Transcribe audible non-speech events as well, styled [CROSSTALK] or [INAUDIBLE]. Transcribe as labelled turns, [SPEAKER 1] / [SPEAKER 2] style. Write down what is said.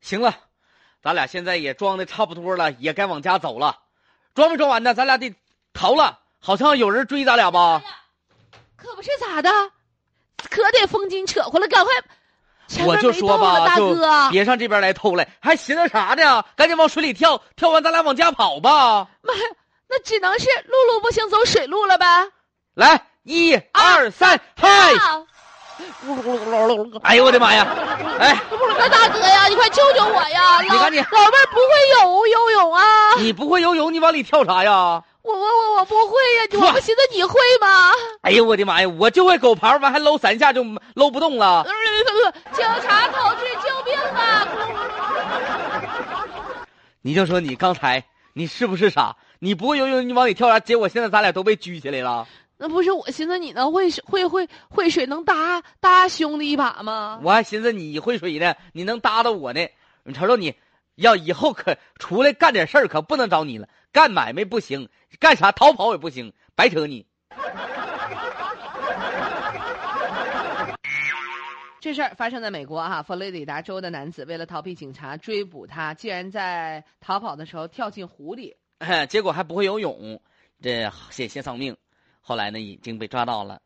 [SPEAKER 1] 行了，咱俩现在也装的差不多了，也该往家走了。装没装完呢？咱俩得逃了，好像有人追咱俩吧？
[SPEAKER 2] 可不是咋的，可得风金扯回来，赶快。前
[SPEAKER 1] 我
[SPEAKER 2] 面
[SPEAKER 1] 就
[SPEAKER 2] 没
[SPEAKER 1] 说
[SPEAKER 2] 动了
[SPEAKER 1] 吧，
[SPEAKER 2] 大
[SPEAKER 1] 就
[SPEAKER 2] 哥，
[SPEAKER 1] 别上这边来偷来，还寻思啥呢？赶紧往水里跳，跳完咱俩往家跑吧。
[SPEAKER 2] 那只能是陆路不行，走水路了呗。
[SPEAKER 1] 来，一二三，嗨！
[SPEAKER 2] 啊
[SPEAKER 1] 哎呦我的妈呀！哎，
[SPEAKER 2] 那大哥呀，你快救救我呀！
[SPEAKER 1] 你
[SPEAKER 2] 老
[SPEAKER 1] 赶紧
[SPEAKER 2] 老妹儿不会游游泳啊！
[SPEAKER 1] 你不会游泳，你往里跳啥呀？
[SPEAKER 2] 我我我我不会呀！你
[SPEAKER 1] 哇
[SPEAKER 2] 我不寻思你会吗？
[SPEAKER 1] 哎呦我的妈呀！我就会狗刨，完还搂三下就搂不动了。
[SPEAKER 2] 警察同志救命啊！
[SPEAKER 1] 你就说你刚才你是不是傻？你不会游泳，你往里跳啥？结果现在咱俩都被拘起来了。
[SPEAKER 2] 那不是我寻思你能会水会会会水能搭搭兄弟一把吗？
[SPEAKER 1] 我还寻思你会水呢，你能搭到我呢。你瞅瞅你，要以后可出来干点事儿，可不能找你了。干买卖不行，干啥逃跑也不行，白扯你。 [LAUGHS]
[SPEAKER 2] 这事儿发生在美国哈、佛罗里达州的男子为了逃避警察追捕他，竟然在逃跑的时候跳进湖里。
[SPEAKER 1] 结果还不会游泳，这险些丧命。后来呢，已经被抓到了，